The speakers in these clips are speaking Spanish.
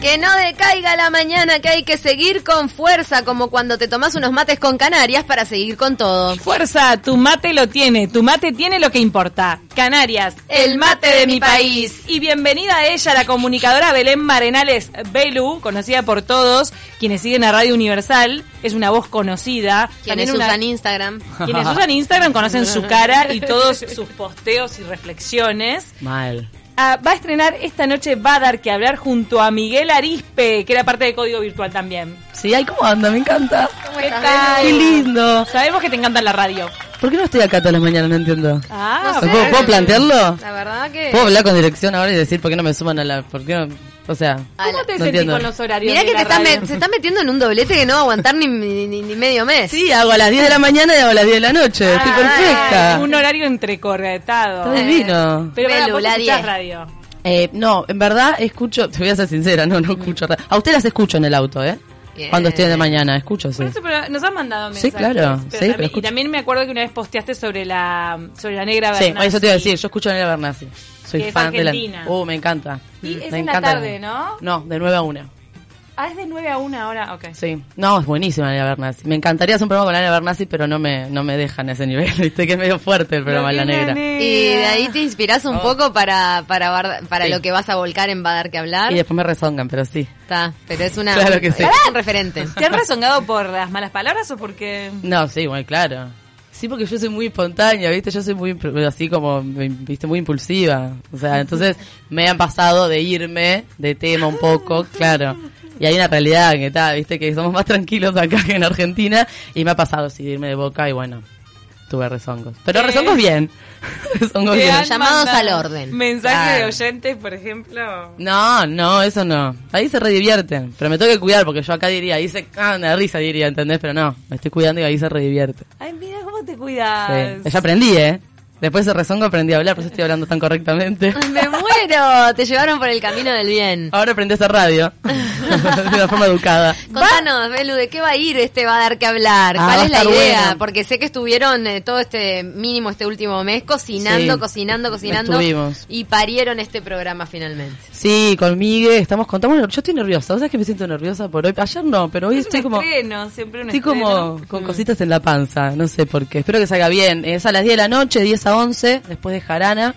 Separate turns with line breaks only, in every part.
Que no decaiga la mañana, que hay que seguir con fuerza, como cuando te tomas unos mates con Canarias para seguir con todo.
Fuerza, tu mate lo tiene, tu mate tiene lo que importa. Canarias, el mate de mi país. Y bienvenida a ella, la comunicadora Belén Marenales Belu, conocida por todos quienes siguen a Radio Universal. Es una voz conocida.
Quienes
También una-
usan Instagram.
quienes usan Instagram conocen su cara y todos sus posteos y reflexiones.
Mal.
Ah, va a estrenar esta noche Va a dar que hablar junto a Miguel Arispe, que era parte de Código Virtual también.
Sí, ay, ¿cómo anda? Me encanta.
¿Qué tal?
Qué lindo.
Sabemos que te encanta la radio.
¿Por qué no estoy acá todas las mañanas? No entiendo.
Ah,
No sé.
¿Puedo, puedo plantearlo?
La verdad que...
¿Puedo hablar con dirección ahora y decir por qué no me suman a la... por qué no- O sea...
¿Cómo te
No
sentís
entiendo.
con los horarios?
Mirá
de
que
la
te está
radio?
met- se está metiendo en un doblete que no va a aguantar ni, ni, ni- ni medio mes.
Sí, hago a las 10 de la mañana y hago a las 10 de la noche. Estoy
Ah,
perfecta.
Un horario entrecorretado.
Está divino.
Pero para
Belu,
vos
la
escuchás
10.
radio.
Eh, no, en verdad escucho... Te voy a ser sincera, no, no escucho. ra- A ustedes las escucho en el auto, ¿eh?
Bien.
Cuando estoy de mañana, escucho, sí.
Por eso, pero nos han mandado
Sí,
mensajes.
claro. Sí,
Pero
pero
también- y
escucho.
también me acuerdo que una vez posteaste sobre la, sobre la negra
Sí,
Bernassi.
eso te iba a decir. Yo escucho a Nela Bernassi. Soy
Que es
fan
argentina.
de la... Uh, me encanta.
Y es
me
en la
encanta
tarde, ¿no?
No, de 9 a 1.
Ah, es de 9 a 1 ahora. Ok.
Sí, no, es buenísima Ana Bernasi. Me encantaría hacer un programa con Ana Bernasi, pero no me, no me dejan a ese nivel. Viste que es medio fuerte el programa de La Negra.
Y de ahí te inspirás un poco para para, barda- para
Sí.
lo que vas a volcar en Badar que hablar.
Y después me rezongan, pero sí.
Está, pero es una
Claro que sí.
es un referente.
¿Te han rezongado por las malas palabras o porque.?
No, sí, bueno, claro. Sí, porque yo soy muy espontánea, ¿viste? Yo soy muy, impr- así como, ¿viste? Muy impulsiva. O sea, entonces me han pasado de irme de tema un poco, claro. Y hay una realidad que está, ¿viste? Que somos más tranquilos acá que en Argentina. Y me ha pasado, sí, de irme de boca y bueno, tuve rezongos. Pero
Eh.
rezongos bien. rezongos
Te
bien.
han
Llamados
mandado
al orden.
Mensaje de
Claro.
oyentes, por ejemplo.
No, no, eso no. Ahí se redivierten. Pero me tengo que cuidar porque yo acá diría, ahí se cagan de risa, diría, ¿entendés? Pero no, me estoy cuidando y ahí se redivierte.
Ay, mira cómo te cuidas.
Sí. Ya aprendí, ¿eh? Después de rezongo aprendí a hablar, por eso estoy hablando tan correctamente.
Me muero, te llevaron por el camino del bien.
Ahora aprendí a hacer radio. de una forma educada.
Contanos, Belu, ¿de qué va a ir este va a dar que hablar?
Ah,
¿Cuál
va a
es la
estar
idea?
bueno.
Porque sé que estuvieron eh, todo este mínimo este último mes cocinando,
Sí.
cocinando, cocinando
Estuvimos.
y parieron este programa finalmente.
Sí, con Migue, estamos contando. Bueno, yo estoy nerviosa. ¿Sabes que me siento nerviosa por hoy? Ayer no, pero hoy
Es un
estoy como.
estreno, siempre un
Estoy
estreno.
como con cositas en la panza, no sé por qué. Espero que salga bien. Es a las 10 de la noche, 10 a 11, después de Jarana.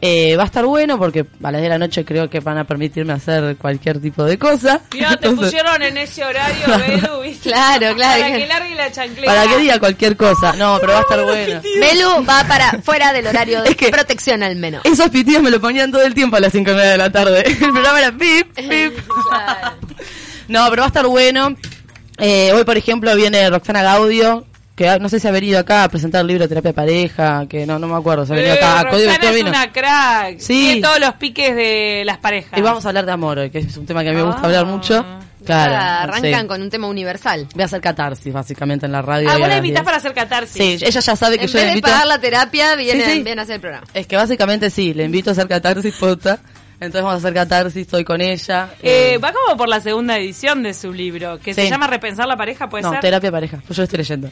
Eh, va a estar bueno porque a las 10 de la noche creo que van a permitirme hacer cualquier tipo de cosa.
Mirá, te
Entonces,
pusieron en ese horario, Belu, ¿viste?
Claro, claro.
Para que largue la chancleta.
para que diga cualquier cosa. No, pero va a estar bueno.
Belu va para fuera del horario de
Es que-
protección al menos.
Esos pitidos me lo ponían todo el tiempo a las 5 y media de la tarde. El programa era pip, pip. No, pero va a estar bueno. Eh, hoy, por ejemplo, viene Roxana Gaudio, que ah, no sé si ha venido acá a presentar el libro de terapia de pareja, que no, no me acuerdo, se ha venido
Eh,
acá a Código
Roxana
Virtual
es
vino.
una crack.
Sí.
Tiene todos los piques de las parejas.
Y vamos a hablar de amor hoy, que es un tema que a mí me gusta
Ah.
hablar mucho. Claro.
Ahora arrancan
sí.
con un tema universal.
Voy a hacer catarsis, básicamente, en la radio.
Ah,
hoy a
vos la
las
invitás
10.
para hacer catarsis.
Sí, ella ya sabe que
En
yo la
vez de
invito.
pagar la terapia, vienen,
Sí, sí.
vienen a hacer el programa.
Es que básicamente sí, le invito a hacer catarsis posta. Entonces vamos a hacer catarsis, estoy con ella.
Eh, va como por la segunda edición de su libro, que se
Sí.
llama Repensar la pareja, puede
no,
ser
terapia de pareja. Pues yo lo estoy leyendo.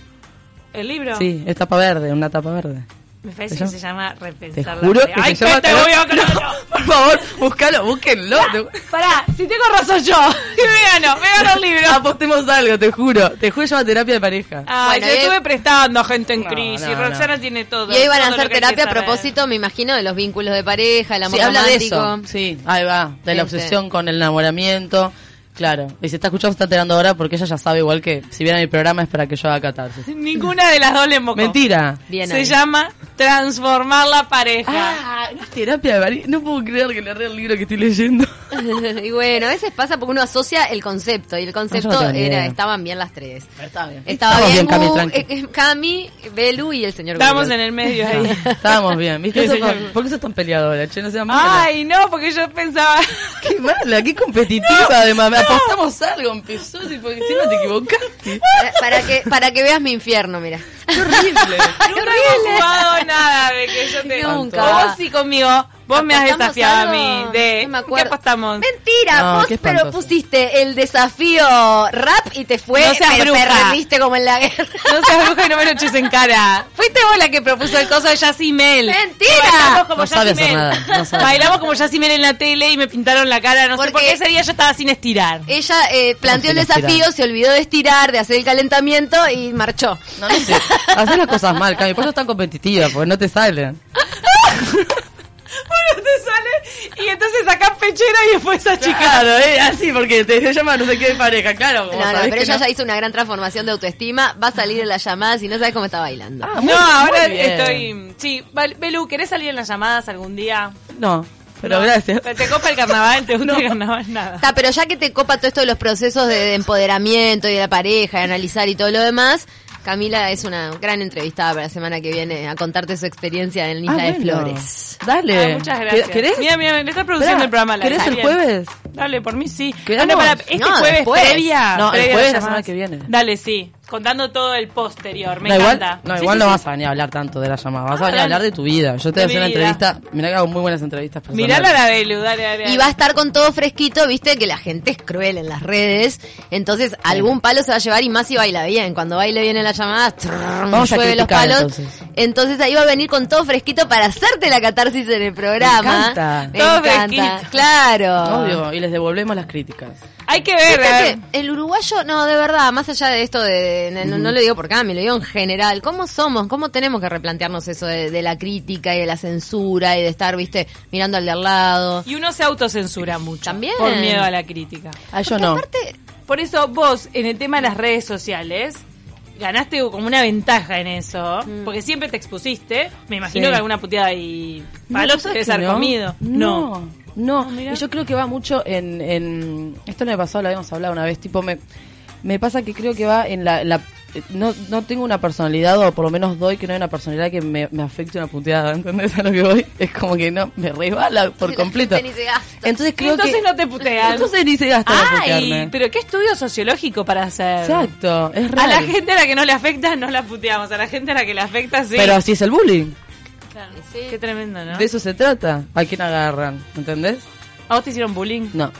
el libro.
Sí, es tapa verde, una tapa verde.
Me parece
¿Se
que se
llama?
llama
Te
Repensar
juro
la
que
pareja. Ay,
se llama
te voy a
terapia- No, por favor, búscalo, búsquenlo. Te-
Pará, si tengo razón yo. Vean, vean el libro.
Ah, Apostemos algo, te juro. Te juro que se llama terapia de pareja.
Ay,
Bueno,
yo
y-
estuve prestando a gente en
No,
crisis.
no,
Roxana
no.
tiene todo.
Y hoy van a
todo lo
hacer
que hay que
terapia a
saber.
propósito, me imagino, de los vínculos de pareja, el amor
Sí, habla de
romántico.
eso. Sí, ahí va, de
Gente.
la obsesión con el enamoramiento. Claro, y si está escuchando, se está enterando ahora porque ella ya sabe igual que si viene mi programa es para que yo haga catarsis.
Ninguna de las dos le mocó.
Mentira.
Bien
Se
ahí.
llama Transformar la pareja.
Ah, no es terapia de Bari- No puedo creer que le rea el libro que estoy leyendo.
y bueno, a veces pasa porque uno asocia el concepto y el concepto
tenía ni
era
idea.
estaban bien las tres.
Está bien.
Estaba
Estamos bien,
bien,
Cami,
Gu-
tranqui.
eh, eh, Cami, Belu y el señor
Estamos
Google.
en el medio ahí.
Estábamos bien. ¿Viste?
Sí,
Eso-
señor.
¿Por qué sos tan peleadora? Che, no seas mala.
Ay, no, porque yo pensaba.
Qué mala, qué competitiva además. Me apostamos algo, empezó y por encima te equivocaste.
Para- para que para que veas mi infierno, mira.
Qué horrible.
Nunca hemos jugado nada de que yo te.
Nunca.
O Vos sí conmigo. Vos me has
¿Apostamos
desafiado a
algo?
mí. De,
No me
¿Qué
acuerdo.
apostamos?
Mentira,
No,
vos
qué
pero
espantoso.
pusiste el desafío rap y te fue,
No seas
pero
bruja.
perdiste como en la guerra.
No seas bruja y no me lo eches en cara. Fuiste vos la que propuso el coso de Yacimel.
Mentira.
Bailamos como
No sabe hacer
Yacimel.
nada, no sabe.
Bailamos como Yacimel en la tele y me pintaron la cara. No sé por
Porque-
qué ese día yo estaba sin estirar.
Ella eh, planteó el
No, se la
desafío,
estiraron.
se olvidó de estirar, de hacer el calentamiento y marchó.
No, no sé. Haces las cosas mal, Cami. Por eso es tan competitiva, porque no te salen.
Uno te sale y entonces sacás pechera y después achicás.
Claro, ¿eh? Así, porque te llama no sé qué de pareja, claro.
No, no, pero ella ya hizo una gran transformación de autoestima, va a salir en las llamadas y no sabes cómo está bailando.
Ah, muy-
No, ahora
muy bien.
estoy. Sí, Val- Belu, ¿querés salir en las llamadas algún día?
No, pero
No.
gracias.
¿Te copa el carnaval? ¿Te gusta el carnaval? Nada.
Está, pero ya que te copa todo esto de los procesos de, de empoderamiento y de la pareja, de analizar y todo lo demás, Camila es una gran entrevistada para la semana que viene a contarte su experiencia en Isla
Ah,
de
bueno.
Flores.
Dale.
Ah, muchas gracias.
¿Qué- Eh, ¿Querés?
Mira, mira, le está produciendo
Pará,
el programa. La
¿Querés
está
el
bien.
jueves?
Dale, por mí sí.
¿Quedamos?
Anda, pará, este
No,
jueves
después.
previa.
No, el
previa
jueves
de
la semana
llamadas.
que viene.
Dale, sí. Contando todo el posterior. Me
no, igual,
encanta.
no,
Sí,
igual
sí,
no
sí.
vas a venir a hablar tanto de la llamada. Vas
Ah,
a venir
dale.
a hablar de tu vida. Yo te voy a
De
hacer una
mi vida.
entrevista. Mirá que hago muy buenas entrevistas personales.
Mirala la Belu, dale, dale.
Y va a estar con todo fresquito, viste que la gente es cruel en las redes, entonces algún palo se va a llevar y más si baila bien. Cuando baile bien en las llamadas, trrr,
Vamos a
llueve los
criticar,
palos. Entonces.
entonces.
ahí va a venir con todo fresquito para hacerte la catarsis en el programa.
encanta.
Me
Todo
encanta,
fresquito.
Claro.
Obvio, y les devolvemos las críticas.
Hay que ver, a ver.
Fíjate, el uruguayo, no, de verdad, más allá de esto, de, de- no, no lo digo por Cami, lo digo en general, ¿cómo somos? ¿Cómo tenemos que replantearnos eso de, de la crítica y de la censura y de estar, viste, mirando al de al lado?
Y uno se autocensura mucho.
También.
Por miedo a la crítica.
Ah, yo
Porque
no.
aparte,
Por eso vos, en el tema de las redes sociales, ganaste como una ventaja en eso. Porque siempre te expusiste. Me imagino
Mm. Sí.
que alguna puteada y
No,
palos
¿vos sabés
debes
que
haber
no?
comido.
No, no.
Ah, mirá.
Y yo creo que va mucho en, en- Esto no me pasó, lo habíamos hablado una vez. Tipo, me, me pasa que creo que va en la... en la- eh, no, no tengo una personalidad, o por lo menos doy que no hay una personalidad que me, me afecte una puteada, ¿entendés a lo que voy? Es como que no, me resbala por completo.
ni se gasta.
Entonces creo
Entonces
que...
no te putean.
Entonces ni se gasta en
Ay,
putearme.
pero qué estudio sociológico para hacer.
Exacto, es
A
real.
la gente a la que no le afecta, no la puteamos. A la gente a la que le afecta, sí.
Pero así es el bullying.
Claro.
Sí.
Qué tremendo, ¿no?
De eso se trata. ¿A quién agarran? ¿Entendés?
¿A vos te hicieron bullying?
No.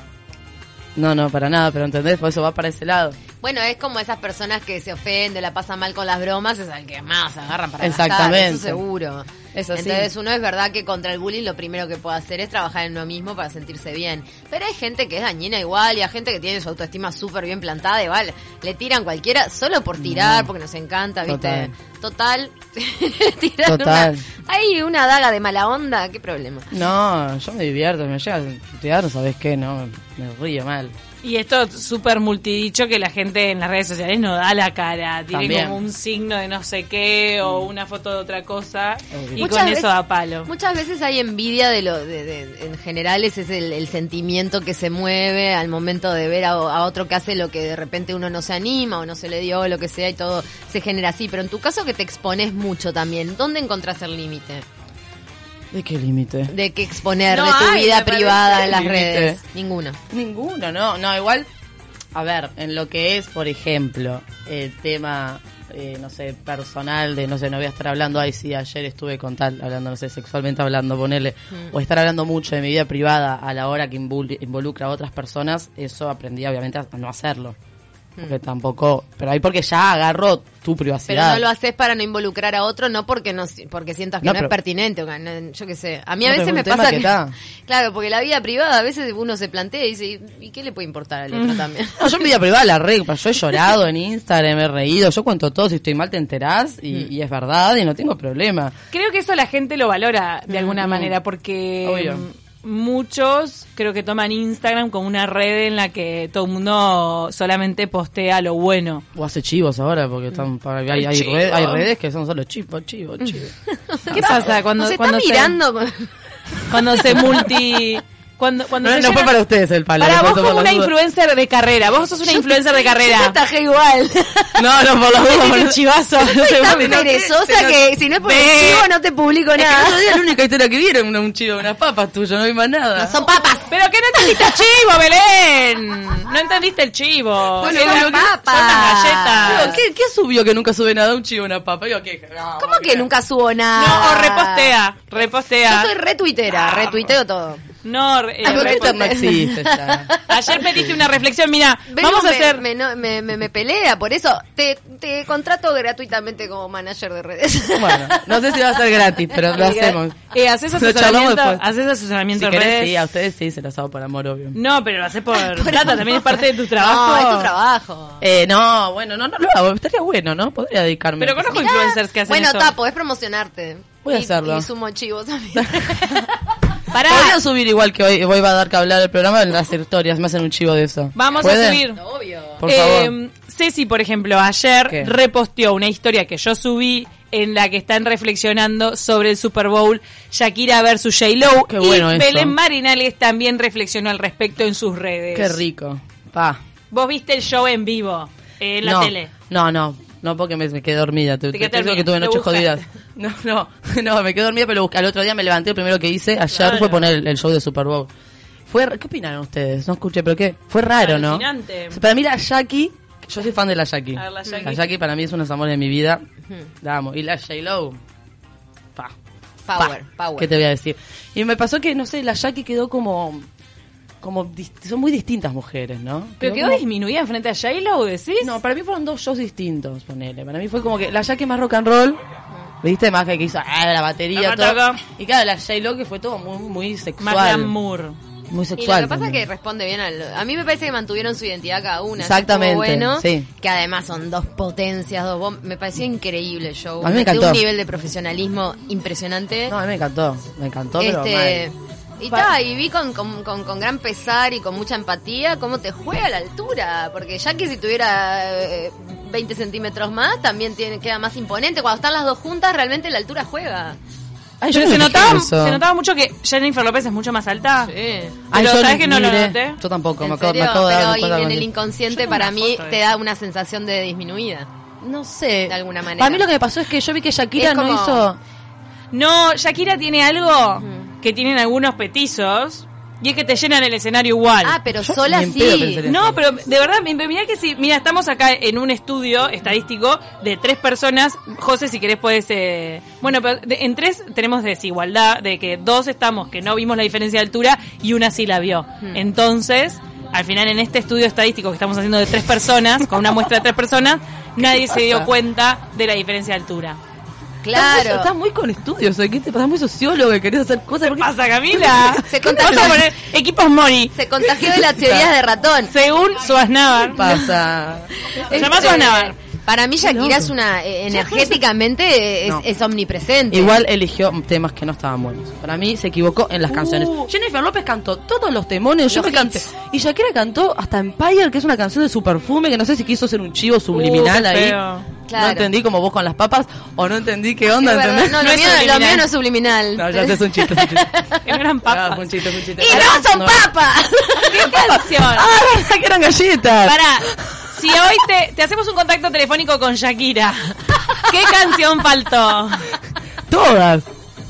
No, no, para nada, pero ¿entendés? Por eso va para ese lado.
bueno, es como esas personas que se ofenden, la pasan mal con las bromas, es al que más agarran para
Exactamente.
gastar, eso seguro.
Es así.
Entonces uno es verdad que contra el bullying lo primero que puede hacer es trabajar en uno mismo para sentirse bien. Pero hay gente que es dañina igual y hay gente que tiene su autoestima súper bien plantada y vale, le tiran cualquiera solo por tirar, porque nos encanta, ¿viste? Total. Tirar
Total.
una- hay una daga de mala onda, qué problema.
No, yo me divierto, me llega a putear, no sabés qué, no, me río mal.
Y esto súper multidicho que la gente en las redes sociales no da la cara. Tiene
También. Mm.
como un signo de no sé qué o una foto de otra cosa.
Obvio.
Y
Muchas
con
veces-
eso da palo.
Muchas veces hay envidia de lo, de, de- en general ese es el, el sentimiento que se mueve al momento de ver a, a otro que hace lo que de repente uno no se anima o no se le dio o lo que sea y todo se genera así. Pero en tu caso que te expones mucho también, ¿dónde encontrás el límite
¿De qué límite?
de qué exponer
No
de tu
hay,
vida
me parece,
privada en las
límite.
redes? Ninguno.
Ninguno, no, no, igual, a ver, en lo que es, por ejemplo, el tema, eh, no sé, personal, de no sé, no voy a estar hablando, ay, sí, ayer estuve con tal, hablando, no sé, sexualmente hablando, ponele, o estar hablando mucho de mi vida privada a la hora que invul- involucra a otras personas, eso aprendí obviamente a no hacerlo. Porque tampoco, pero ahí porque ya agarro
Pero
tu privacidad.
no lo haces para no involucrar a otro, no porque no porque sientas que no,
No,
es
pero-
pertinente, o que no- yo qué sé. A mí a
No, pero
veces
es un
me
tema
pasa
que
que-
está.
claro, porque la vida privada a veces uno se plantea y dice, "¿Y- ¿y qué le puede importar al
Mm.
otro también?
No, yo en vida privada la regla, yo he llorado en Instagram, he reído, yo cuento todo, si estoy mal te enterás y, y es verdad y no tengo problema.
Creo que eso la gente lo valora de alguna
Mm.
manera porque
Obvio.
mm, muchos creo que toman Instagram como una red en la que todo el mundo solamente postea lo bueno.
O hace chivos ahora, porque están, para- hay, hay, red- hay redes que son solo chivos, chivos, chivos.
¿Qué pasa cuando
Nos está
cuando
mirando.
se, cuando se multi cuando cuando
No,
se
no fue
llena-
para ustedes el palo.
Para
por
vos
eso,
como una
por las dudas.
influencer de carrera, vos sos una influencer de
Yo
carrera.
tajé igual.
No, no, por las dudas. por
Ese
las-
chivazo, no
Soy
sé,
tan
vos, no,
perezosa
pero-
que si no es por el
Ve.
chivo no te publico
Es que el otro
nada.
día la única historia que vieron un, un chivo, unas papas tuyas, no vi más nada.
Son papas.
Pero que no te hiciste chivo, Belén. No saliste el chivo.
Bueno,
Son
con
las-
lo que-
Son las galletas.
Ah.
Digo, ¿qué, qué subió que nunca sube nada? Un chivo, una papa. Digo, ¿qué? No,
¿Cómo que
mira.
nunca subo nada?
No, o repostea, repostea.
Yo soy retuitera, retuiteo todo.
No, re- eh,
Ah, pero
Ay,
repostea.
Twitter no existe ya.
Ayer pediste una reflexión, mira,
Belu
vamos a
me-
hacer...
Me, no- me, me- me pelea, por eso te, te contrato gratuitamente como manager de redes.
Bueno, no sé si va a ser gratis, pero lo hacemos.
Eh, ¿Haces
Lo charlamos
asesoramiento,
después.
haces asesoramiento
Si
en
querés,
redes?
sí, a ustedes sí, se los hago por amor, obvio.
No, pero lo haces por, plata, también es parte de tu trabajo.
No, es tu trabajo.
Eh, no, bueno, no, no lo hago. Estaría bueno, ¿no? Podría dedicarme.
Pero conozco influencers que hacen
bueno,
eso.
Tapo, es promocionarte.
Voy a
Y-
hacerlo.
Y sumo chivos también.
Pará,
Podrían subir igual que hoy, hoy va a dar que hablar el programa en las historias. Me hacen un chivo de eso.
vamos
¿Pueden?
a subir.
Obvio.
Por
Eh,
favor.
Ceci, por ejemplo, ayer
¿Qué?
reposteó una historia que yo subí en la que están reflexionando sobre el Super Bowl Shakira versus J-Lo.
Qué bueno
y
eso.
Belén Marinales también reflexionó al respecto en sus redes.
Qué rico. Pa.
Vos viste el show en vivo, eh, en la
no,
tele.
No, no. No, porque me, me quedé dormida. Te,
Te
te,
quedaste
te digo que
dormida,
tuve
lo
noches jodidas.
buscaste.
No, no, no, me quedé dormida, pero lo busqué. al otro día me levanté. Lo primero que hice ayer
Claro.
fue poner el, el show de Super Bowl. Fue, r- ¿Qué opinaron ustedes? No escuché, pero ¿qué? Fue raro, ¿no?
Alucinante.
Para mí la Jackie, yo soy fan de la Jackie.
A ver, la Jackie.
para mí es unos amores de mi vida. La amo. Y la J-Lo, pa.
Power,
Pa,
power.
¿Qué te voy a decir? Y me pasó que, no sé, la Jackie quedó como... como dist- son muy distintas mujeres, ¿no?
¿Pero quedó
como-
disminuida frente a J-Lo, decís?
No, para mí fueron dos shows distintos, ponele. Para mí fue como que la Jackie más rock and roll, ¿viste? Más que que hizo ah, la batería,
Acá,
todo.
acá.
Y claro, la J-Lo que fue todo muy, muy
Más
sexual.
glamour.
Muy
Y lo
sexual.
que pasa es que
también.
responde bien al... A mí me parece que mantuvieron su identidad cada una. Eso
Exactamente,
estuvo bueno,
sí.
Que además son dos potencias, dos bom- Me pareció increíble el show.
A mí me
De
encantó.
un nivel de profesionalismo impresionante.
No, a mí me encantó, me encantó,
este...
pero mal.
Y
Pa-
ta, y vi con, con, con- con gran pesar y con mucha empatía cómo te juega a la altura. Porque ya que si tuviera eh, 20 centímetros más, también tiene, queda más imponente. Cuando están las dos juntas, realmente la altura juega.
Ay, yo
Pero
no
se
me
notaba,
fijé eso.
se notaba mucho que Jennifer López es mucho más alta.
Sí.
Ay,
Pero
yo
¿sabes
ni-
que no
ni
lo
miré.
noté?
Yo tampoco,
¿En
me acabo, me
serio?
acabo de
Pero
dar
y
cuenta
en
con
el
eso.
inconsciente
Yo tengo
para
una
mí
foto de
te
eso.
da una sensación de disminuida.
No sé.
De alguna manera.
Para mí lo que me pasó es que yo vi que Shakira
Es como-
no hizo...
No, Shakira tiene algo que tienen algunos petizos y es que te llenan el escenario igual.
Ah, pero
Yo
sola
ni en pedo
sí.
pensé en
no, pero de verdad, mi- mirá que sí. Mira, estamos acá en un estudio estadístico de tres personas. José, si querés, podés. eh, Bueno, pero de- en tres tenemos desigualdad: de que dos estamos que no vimos la diferencia de altura y una sí la vio.
Hmm.
Entonces, al final, en este estudio estadístico que estamos haciendo de tres personas, con una muestra de tres personas, nadie se dio
pasa?
cuenta de la diferencia de altura.
Claro.
Estás muy con estudios, ¿eh? ¿qué te pasa? Muy sociólogo, que querés hacer cosas. ¿por qué?
pasa, Camila?
Se contagió.
Vamos a poner equipos Mori.
Se contagió de las teorías de ratón.
Según Suaznavar.
pasa?
Se llama
Este,
Suaznavar.
Para mí Shakira
loco.
es una eh, energéticamente es,
No.
es omnipresente.
Igual eligió temas que no estaban buenos. Para mí se equivocó en las canciones. Jennifer López cantó todos los temones,
Uh.
yo
Los
me canté.
hits.
Y Shakira cantó hasta Empire, que es una canción de su perfume, que no sé si quiso ser un chivo subliminal
Uh, qué
ahí.
feo.
Claro.
No entendí como vos con las papas, o no entendí qué onda,
Es verdad,
¿entendés?
No, lo,
No es
mío, lo
subliminal.
mío no es subliminal.
No, ya sé, es un chiste, es un chiste.
Que no eran
Ah,
papas.
fue un chiste, fue un chiste.
¡Y no son papas!
¿Qué canción?
¡Ah, verdad que eran galletas!
Pará. Si hoy te, te hacemos un contacto telefónico con Shakira, ¿qué canción faltó?
Todas.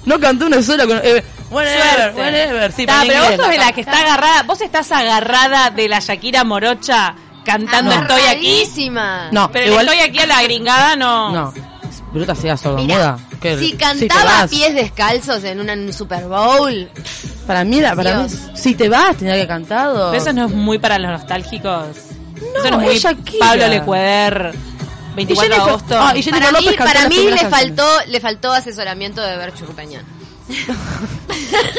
No cantó una sola con... eh, whatever,
Suerte.
whatever. Sí,
Ta,
ponía
pero vos
inglés,
sos de
¿no?
la que está agarrada. Vos estás agarrada de la Shakira morocha cantando Estoy aquí.
Amarradísima.
No,
Pero el
Ah, igual...
estoy aquí a la gringada, no.
No. Bruta sea
Mirá,
sordomuda. ¿Qué?
si
te
cantaba a
vas.
pies descalzos en una- en un Super Bowl,
Para mí, era- para mí,
Dios.
si te vas, tenía que haber cantado.
Pero eso no es muy para los nostálgicos. eso no es
es
muy
Shakira.
Pablo Lecueder, 24 de
Jennifer-
agosto.
Ah, y Jennifer
para mí,
López cantó
para
las
mí
primeras
le,
canciones.
faltó, le faltó asesoramiento de Berchu Cañán.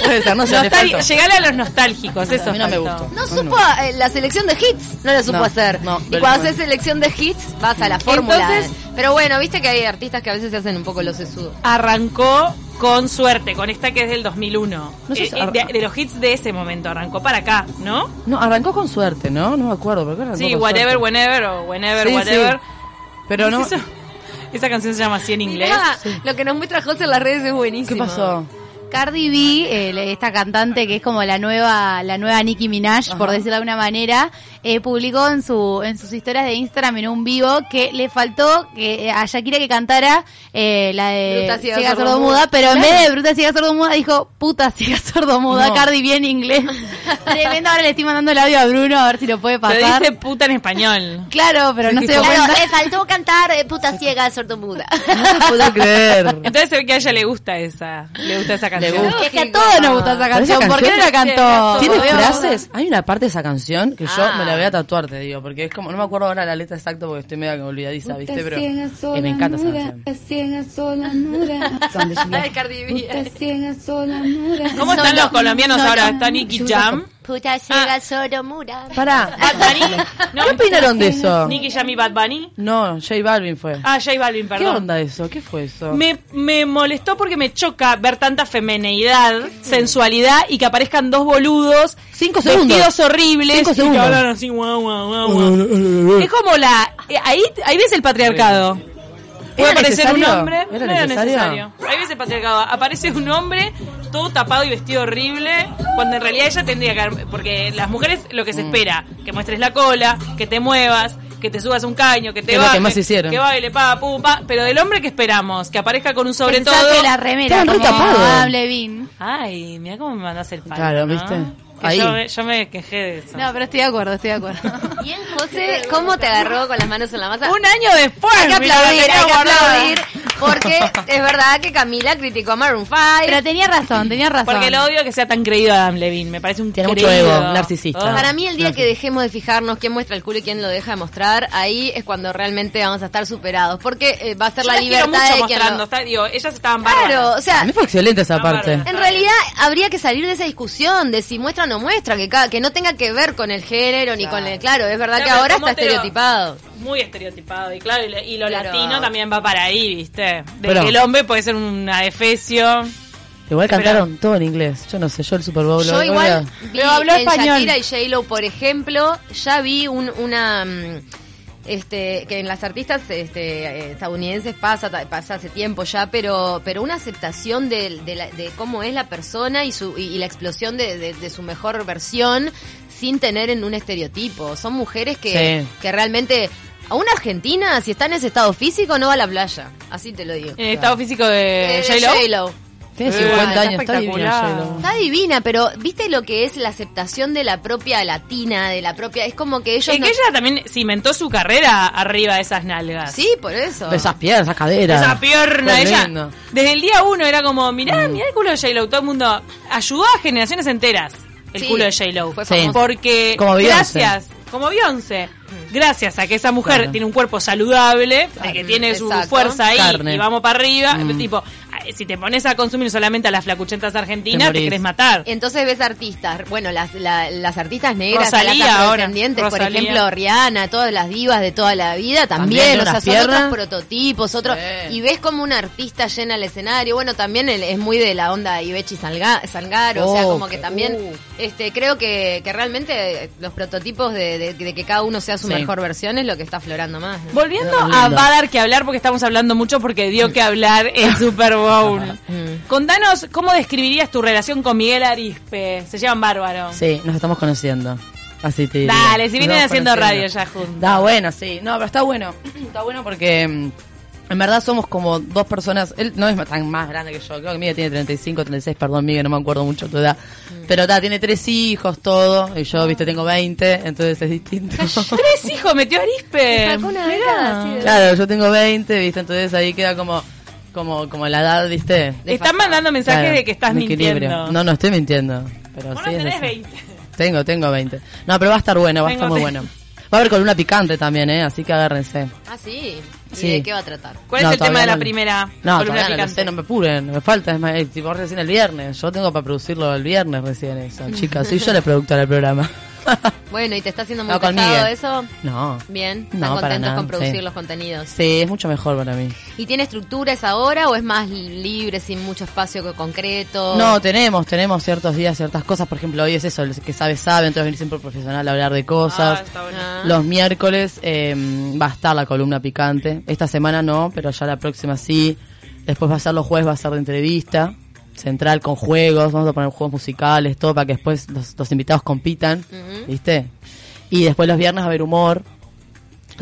Puede ser, no sé, le
Nostal-
faltó.
Llegale a los nostálgicos, eso.
A mí no me
faltó.
gustó.
No
No,
supo,
no.
eh, la selección de hits no la supo
No,
hacer.
no,
y
pero
cuando
bueno.
haces selección de hits, vas a la fórmula.
Entonces-
pero bueno, viste que hay artistas que a veces se hacen un poco los sesudos.
Arrancó con suerte, con esta que es del 2001.
No sé si
Eh, eh,
arran-
de, de los hits de ese momento, arrancó para acá, ¿no?
No, arrancó con suerte, ¿no? No me acuerdo. ¿por qué arrancó
Sí,
con
whatever,
suerte?
whenever o whenever,
Sí, sí.
whatever.
Pero no.
¿Es eso? Esa canción se llama así en inglés.
Mirá, Lo que nos muestra José en las redes es buenísimo.
¿Qué pasó?
Cardi B, eh, la- esta cantante que es como la nueva, la nueva Nicki Minaj, por decirlo de alguna manera, eh, publicó en su, en sus historias de Instagram en un vivo que le faltó que eh, a Shakira que cantara eh, la de
Bruta ciega sordomuda,
sordomuda, pero en vez de bruta ciega sordomuda dijo puta ciega sordomuda, Cardi B en inglés. Tremendo, ahora le estoy mandando el audio a Bruno a ver si lo puede
Te
pasar.
dice puta en español.
Claro, pero no se dio
Claro,
cuenta.
eh, faltó cantar eh, puta ciega sordomuda.
No te puedo creer.
Entonces se ve que a ella le gusta esa, le gusta esa canción.
gusta.
Es que a todos nos gusta esa
Pero esa
canción. ¿Por qué no la
canción
cantó?
Tiene
Obvio.
frases. Hay una parte de esa canción que yo
Ah.
me la voy a tatuar, te digo, porque es como, no me acuerdo ahora la letra exacta porque estoy medio que olvidadiza, ¿viste? Pero eh, me encanta esa canción.
Ay, Cardi B.
¿Cómo están los colombianos ahora? ¿Está Nicky Jam? Ah,
Puta ciega sordomuda.
Pará,
No,
¿qué opinaron de eso?
Nicky Jam y Bad Bunny.
No, J Balvin fue.
Ah, J Balvin,
¿Qué
perdón.
onda eso? ¿Qué fue eso?
Me, me molestó porque me choca ver tanta femeneidad, sensualidad y que aparezcan dos boludos,
Cinco
vestidos horribles
Cinco
y que
segundos.
hablan así, guau, guau, guau, guau. Es como la eh, ahí ahí ves el patriarcado. Puede
¿Era
aparecer un
necesario?
hombre,
¿Era
no era
necesario?
necesario. Ahí ves el patriarcado, aparece un hombre todo tapado y vestido horrible, cuando en realidad ella tendría que haber- porque las mujeres lo que
Mm.
se espera, que muestres la cola, que te muevas, que te subas un caño, que te
Que es lo que
bajes,
más hicieron.
que baile, pa, pu, pa, pero del hombre que esperamos, que aparezca con un sobre
Pensá
todo.
que la remera
Estaban re
como
tapados.
Adam Levine.
Ay, mira cómo me mandas el pan.
Claro, ¿viste? Ahí.
Yo, me- yo me quejé de eso.
No, pero estoy de acuerdo, estoy de acuerdo.
Bien, José, ¿cómo te agarró con las manos en la masa?
Un año después.
Hay que
me la
aplaudir,
tenía
hay que
guardada.
aplaudir. Porque es verdad que Camila criticó a Maroon 5.
Pero tenía razón, tenía razón.
Porque lo odio que sea tan creído Adam Levine. Me parece un
Tiene mucho
creído.
ego, narcisista.
Ah.
Para mí el día que dejemos de fijarnos quién muestra el culo y quién lo deja de mostrar, ahí es cuando realmente vamos a estar superados, porque eh, va a ser
Yo
la
las quiero
libertad
mucho
de quien
mostrando.
lo...
está- digo, ellas estaban
Claro,
bárbaras.
o sea,
A mí fue excelente esa
La
parte.
barba.
en realidad habría que salir de esa discusión de si muestra o no muestra, que cada, que no tenga que ver con el género ni con el... Claro, es verdad
No,
que
pero
ahora
¿cómo
está
te lo-
estereotipado.
Muy estereotipado. Y claro, y, lo- y lo
Claro.
latino también va para ahí, ¿viste? De
Pero-
que el hombre puede ser un adefesio.
Igual cantaron todo en inglés. Yo no sé, yo el Super Bowl.
Yo
lo-
igual
lo-
vi
Pero habló
en
español.
Shakira y J-Lo, por ejemplo, ya vi un- una... mm, Este, que en las artistas este, eh, estadounidenses pasa ta- pasa hace tiempo ya, pero pero una aceptación del- de, la- de cómo es la persona y su y, y la explosión de, de- de su mejor versión sin tener en un estereotipo. Son mujeres que,
Sí.
que realmente... A una argentina, si está en ese estado físico, no va a la playa. Así te lo digo.
En el estado físico de
Eh, de
J-Lo.
J.Lo.
Tiene
Eh,
50
está
años, está divina
espectacular.
J-Lo.
Está divina, pero ¿viste lo que es la aceptación de la propia latina, de la propia... Es como que ellos
Es
no-
que ella también cimentó su carrera arriba de esas nalgas.
Sí, por eso.
Esas piernas, esas caderas.
Esa pierna,
Qué
ella.
lindo.
Desde el día uno era como,
Mm.
mirá, mirá el culo de J-Lo. Todo el mundo ayudó a generaciones enteras el
Sí,
culo de J-Lo.
fue
Sí. famoso.
Porque,
Como Beyoncé.
gracias, como Beyoncé, gracias a que esa mujer
Claro.
tiene un cuerpo saludable, de que
Mm,
tiene su
exacto.
fuerza ahí
Carne.
y vamos para arriba,
Mm.
tipo, ay, si te pones a consumir solamente a las flacuchentas argentinas,
Te
te,
morís.
querés matar.
Entonces ves artistas, bueno, las, la- las artistas negras,
Rosalía
las
ahora.
afrodescendientes, por
Rosalía.
ejemplo, Rihanna, todas las divas de toda la vida,
También
también, o sea,
unas
son
piernas.
otros prototipos, otros...
Sí.
Y ves como un artista llena el escenario, bueno, también el- es muy de la onda Ibechi Salga- Salgaro, o sea,
Oh,
como que
qué-
también,
uh.
este creo que, que realmente los prototipos de, de- de que cada uno sea su
Sí.
mejor versión es lo que está aflorando más. ¿no?
Volviendo
Lindo.
a va a dar que hablar porque estamos hablando mucho porque dio que hablar el Super Bowl.
Mm.
Contanos cómo describirías tu relación con Miguel Arispe. Se llevan bárbaro.
Sí, nos estamos conociendo. Así te diría.
Dale, si
Nos
vienen
estamos
haciendo
conociendo.
radio ya juntos.
Da bueno, sí. No, pero está bueno. Está bueno porque mm, en verdad somos como dos personas. Él no es tan más grande que yo. Creo que Miguel tiene 35, 36, perdón, Miguel, no me acuerdo mucho tu edad.
Mm.
Pero está, tiene tres hijos, todo. Y yo, viste, tengo 20, entonces es distinto.
Tres hijos metió Arispe.
claro, yo tengo 20, viste, entonces ahí queda como como como la edad, viste.
Están mandando mensajes
Claro,
de que estás
un equilibrio.
mintiendo.
No, no estoy mintiendo. Pero
Vos no
sí es
tenés
así.
20.
Tengo, tengo 20. No, pero va a estar bueno, va a estar
Tengo
muy
te-
bueno. Va a haber columna picante también, ¿eh? Así que agárrense.
Ah, sí. ¿Y
Sí.
de qué va a tratar?
¿Cuál
No,
es el
todavía
tema de la
no.
primera
No,
columna
todavía no lo
picante?
sé, no me apuren, me falta, es más, eh, tipo recién el viernes, yo tengo para producirlo el viernes recién eso, chicas, soy yo la productora del programa.
Bueno, ¿y te está haciendo muy
no, con
pesado
Miguel.
eso?
No,
Bien, ¿están
No, para
contentos
nada,
con producir
sí.
los contenidos?
sí, es mucho mejor para mí.
¿Y tiene estructura esa hora o es más libre, sin mucho espacio co-
Oh.
concreto?
No, tenemos, tenemos ciertos días, ciertas cosas, por ejemplo, hoy es eso, el que sabe sabe, entonces venir siempre profesional a hablar de
Ah,
cosas.
está bueno.
Ah.
Los miércoles eh, va a estar la columna picante. Esta semana no, pero ya la próxima sí. Después va a ser los jueves, va a ser de entrevista. central con juegos, vamos a poner juegos musicales, todo para que después los, los invitados compitan,
Ujú.
¿viste? Y después los viernes va a haber humor.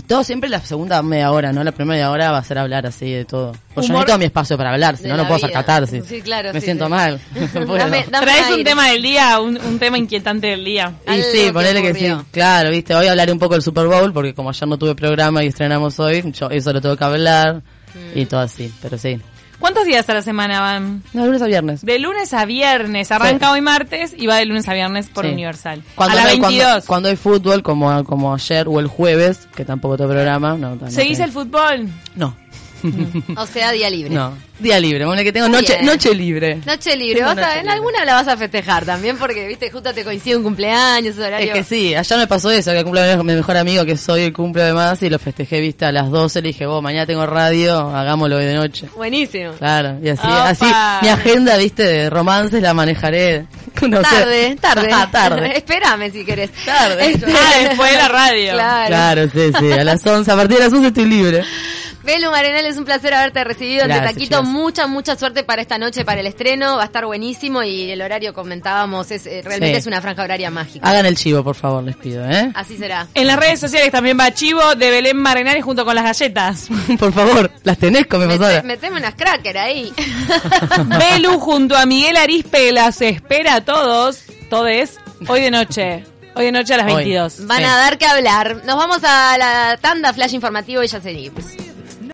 Todo siempre la segunda media hora, ¿no? La primera media hora va a ser hablar así de todo. Pues yo
Humor
necesito mi espacio para hablar, si
de
no, no
la
puedo hacer
vida.
catarsis.
Sí, claro,
Me
sí,
siento
sí.
mal. No puedo.
Dame- dame
Traes un
aire.
tema del día, un, un tema inquietante del día.
Y
Algo
sí,
que
ponele que sí.
ocurrió.
Claro, viste, hoy hablaré un poco del Super Bowl, porque como ayer no tuve programa y estrenamos hoy, yo eso lo tengo que hablar y todo así, pero sí.
¿Cuántos días a la semana van?
No, lunes a viernes.
De lunes a viernes. Arranca hoy martes y va de lunes a viernes por
Sí.
Universal.
Cuando
a la
no hay-
22.
Cuando, cuando hay fútbol, como, como ayer o el jueves, que tampoco tengo programa, no. no
¿Seguís
tengo.
el fútbol?
No,
O sea, día libre.
no. Día libre, bueno, que tengo
Muy
noche,
bien.
noche libre.
Noche libre,
Tengo
vas a,
noche
en
libre.
alguna la vas a festejar también porque, viste, justo te coincide un cumpleaños, ese
Es
horario.
que sí, ayer me pasó eso, que el cumpleaños de mi mejor amigo, que soy el cumple además, y lo festejé, viste, a las 12, le dije, vos, mañana tengo radio, hagámoslo hoy de noche.
Buenísimo.
Claro, y así,
Opa.
así mi agenda, viste, de romances la manejaré. no sé.
Tarde, tarde.
Ah, tarde.
Espérame si querés. Este-
Tarde.
Ah, después de la radio.
Claro.
Claro, sí, sí, a las 11, a partir de las 11 estoy libre.
Belu Marenal, es un placer haberte recibido en
Gracias,
Taquito.
chicas.
Mucha, mucha suerte para esta noche, para el estreno. Va a estar buenísimo y el horario comentábamos, es eh, realmente
Sí.
es una franja horaria mágica.
Hagan el chivo, por favor, les pido, ¿eh?
Así será.
En las redes sociales también va Chivo de Belén Marenales junto con las galletas.
Por favor, las tenés, come
Mete-
pasada.
Meteme unas cracker ahí.
Belu junto a Miguel Arispe las espera a todos, todes, hoy de noche. Hoy de noche a las
Hoy.
22.
Van
Sí.
a dar que hablar. Nos vamos a la tanda flash informativo y ya seguimos.